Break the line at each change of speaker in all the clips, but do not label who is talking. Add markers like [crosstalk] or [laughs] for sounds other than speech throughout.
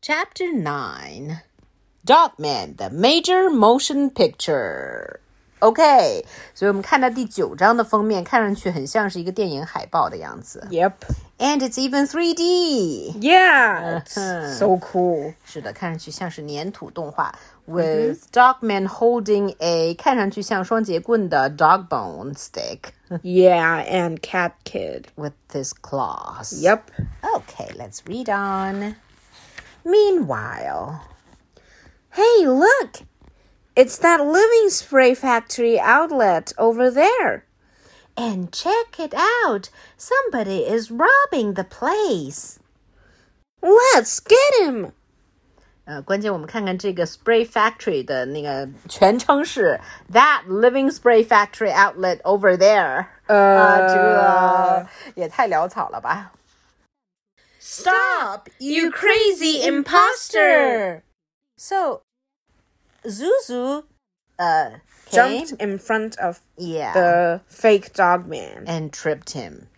Chapter 9 Dogman, the Major Motion Picture. OK，所以我们看到第九章的封面，看上去很像是一个电影海报的样子。
Yep.
And it's even 3D。
Yeah. It's so cool.
是的，看上去像是粘土动画。With Dogman holding a 看上去像双节棍的 dog bone stick
Yeah, and Cat Kid.
with his claws.
Yep.
Okay, let's read on. Meanwhile,
Hey, look! It's that living spray factory outlet over there.
and check it out. Somebody is robbing the place.
Let's get him!
呃，关键我们看看这个 Spray Factory 的那个全称是 That Living Spray Factory Outlet Over There。啊，这也太潦草了吧
Stop, you crazy imposter!
！So Zuzu，呃、
Jumped
came-
in front of
yeah
the fake dog man.
and tripped him.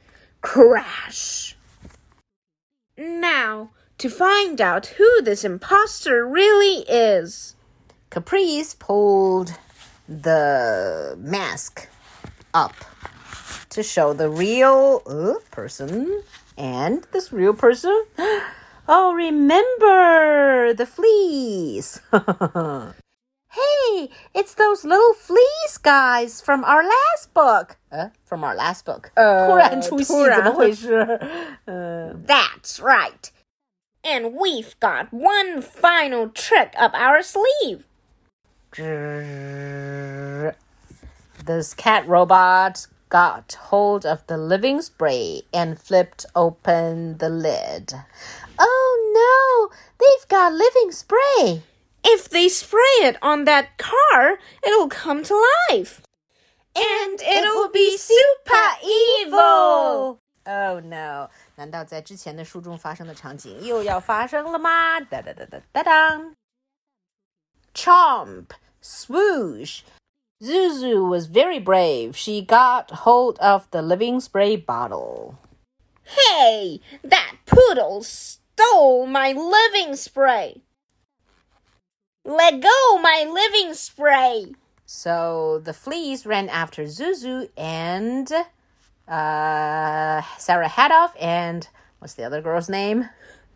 Crash! Now, to find out who this imposter really is.
Caprice pulled the mask up to show the real uh, person. And this real person, [gasps] oh, remember the fleas. [laughs] hey, it's those little fleas guys from our last book. Uh, from our last book. [laughs] 突然出戏，怎么回事？嗯。
That's right. And we've got one final trick up our sleeve.
Grrrr. This cat robot got hold of the living spray and flipped open the lid. Oh no, they've got living spray.
If they spray it on that car, it'll come to life. And it'll be super evil.
Oh no，难道在之前的书中发生的场景又要发生了吗？哒哒哒哒哒当。Chomp, swoosh. Zuzu was very brave. She got hold of the living spray bottle.
Hey, that poodle stole my living spray. Let go my living spray.
So the fleas ran after Zuzu and uh, Sarah Hadoff and what's the other girl's name?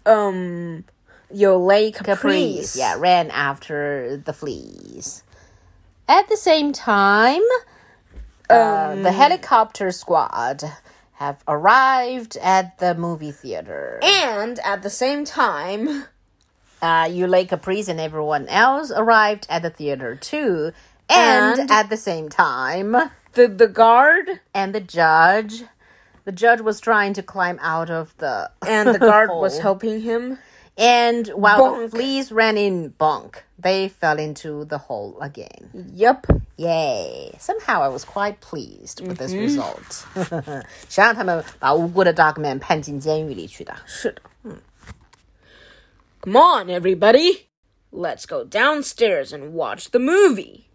Um, Yolay Caprice.
Yeah, ran after the fleas. At the same time, uh, the helicopter squad have arrived at the movie theater.
And at the same time,
Uh, Yulei Caprice and everyone else arrived at the theater too. And,
And-
at the same time,
the, the guard
and the judge, the judge was trying to climb out of the
and [laughs] the guard was
hole.
helping him.
And while the
Bonk.
fleas ran in bunk, they fell into the hole again.
Yep.
Yay! Somehow I was quite pleased with this result. [laughs] 谁让他们把无辜的 Dogman 判进监狱里去的
Come on, everybody. Let's go downstairs and watch the movie.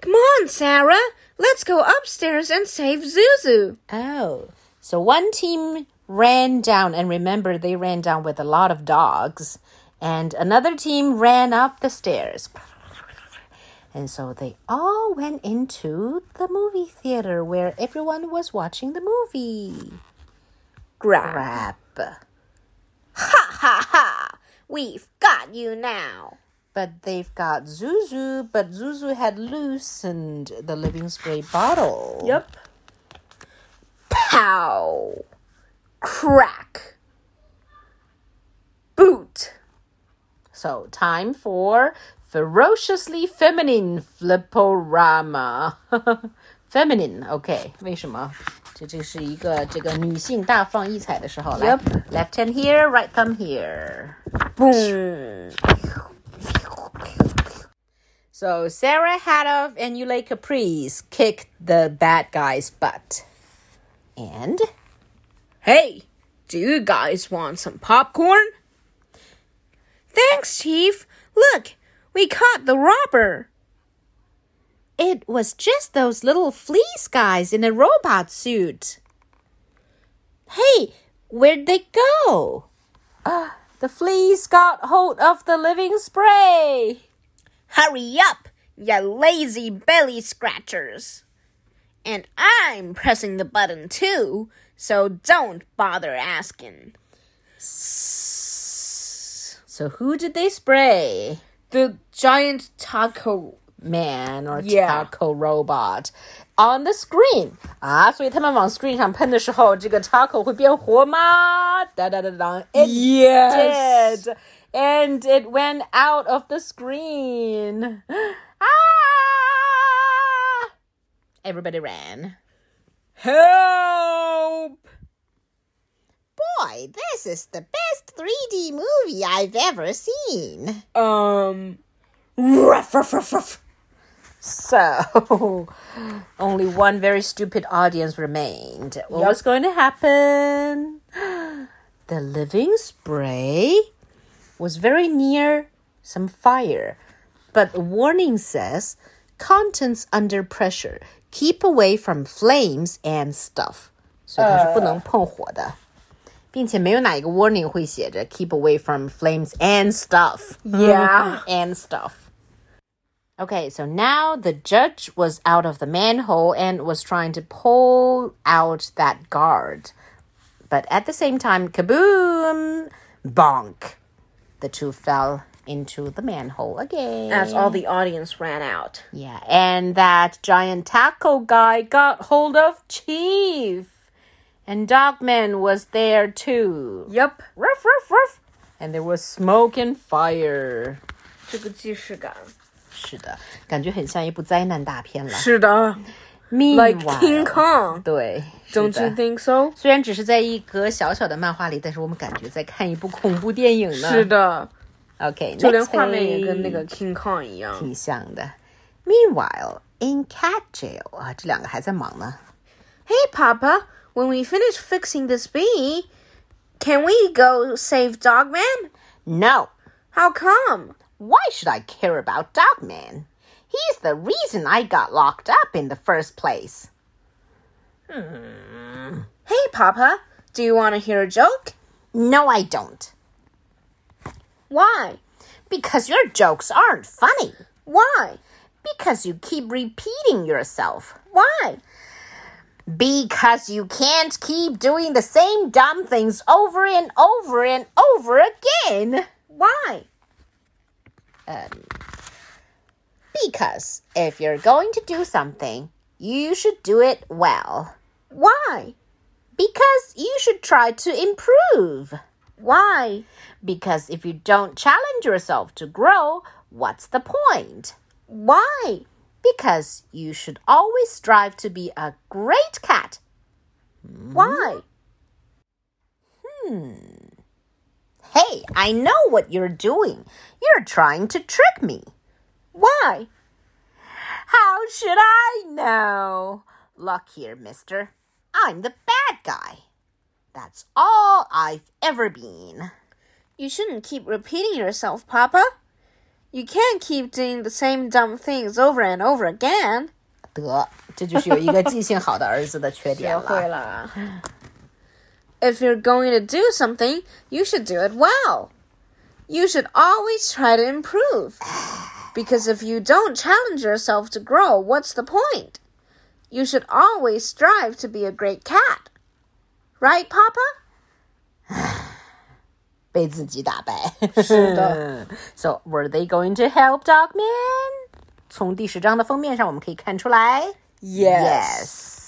Come on, Sarah. Let's go upstairs and save Zuzu.
？Oh, so one team ran down, and remember they ran down with a lot of dogs, and another team ran up the stairs. And so they all went into the movie theater where everyone was watching the movie.
Grab.
Crap.
Ha ha! We've got you now.
But they've got Zuzu, but Zuzu had loosened the living spray bottle.
Yep. Pow! Crack! Boot!
So time for ferociously feminine flipporama. [laughs] feminine, okay. 为什么？这这是一个这个女性大放异彩的时候。来
Yep.
Left hand here, right thumb here.
Boom!
So Sarah Hadoff and Yulei Caprice kicked the bad guy's butt. And
Hey, do you guys want some popcorn? Thanks, Chief! Look, we caught the robber!
It was just those little fleas guys in a robot suit. Hey, where'd they go? Ah, The fleas got hold of the living spray.
Hurry up, you lazy belly scratchers. And I'm pressing the button too, so don't bother asking.
So who did they spray?
The giant taco.
Man or
Yeah.
taco robot on the screen Ah, 啊，所以他们往 screen 上喷的时候，这个 taco 会变活吗？哒哒哒哒，it
Yes.
did, and it went out of the screen. [gasps] Ah! Everybody ran.
Help!
Boy, this is the best 3D movie I've ever seen.
Um. Ruff, ruff, ruff, ruff.
So, [laughs] only one very stupid audience remained. What was going to happen? The living spray was very near some fire, but the warning says contents under pressure. Keep away from flames and stuff. 所以它是不能碰火的，并且没有哪一个 warning 会写着 keep away from flames and stuff.
Yeah.
[laughs] and stuff. Okay, so now the judge was out of the manhole and was trying to pull out that guard. But at the same time, kaboom! Bonk! The two fell into the manhole again.
As all the audience ran out.
yeah, and that giant taco guy got hold of Chief. And Dogman was there too.
Yep.
Ruff, ruff, ruff. And there was smoke and fire.
这个既视感。
是的，感觉很像一部灾难大片了。
是的。Like
Meanwhile,
King [laughs] Kong.
对，
Don't
是的
you think so?
虽然只是在一个小小的漫画里，但是我们感觉在看一部恐怖电影呢。
是的。
OK，
就连
next
画面也跟那
page
个 King Kong 一样。
挺像的。Meanwhile, in cat jail 啊，这两个还在忙呢。
Hey, Papa, when we finish fixing this bee, can we go save Dogman?
No,
How come?
why should I care about Dogman? He's the reason I got locked up in the first place.
Hey, Papa, do you want to hear a joke?
No, I don't.
Why?
Because your jokes aren't funny.
Why?
Because you keep repeating yourself.
Why?
Because you can't keep doing the same dumb things over and over and over again.
Why?
Because if you're going to do something, you should do it well.
Why?
Because you should try to improve.
Why?
Because if you don't challenge yourself to grow, what's the point?
Why?
Because you should always strive to be a great cat.
Why?
Hey, I know what you're doing. You're trying to trick me.
Why?
How should I know? Look here, mister. I'm the bad guy. That's all I've ever been.
You shouldn't keep repeating yourself, Papa. You can't keep doing the same dumb things over and over again.
得，这就是有一个记性好的儿子的缺
[laughs]
点了。
If you're going to do something, you should do it well. You should always try to improve. Because if you don't challenge yourself to grow, what's the point? You should always strive to be a great cat. Right, Papa?
被自己打败。 [laughs]
是的。
So were they going to help Dogman？从第十章的封面上我们可以看出来。Yes.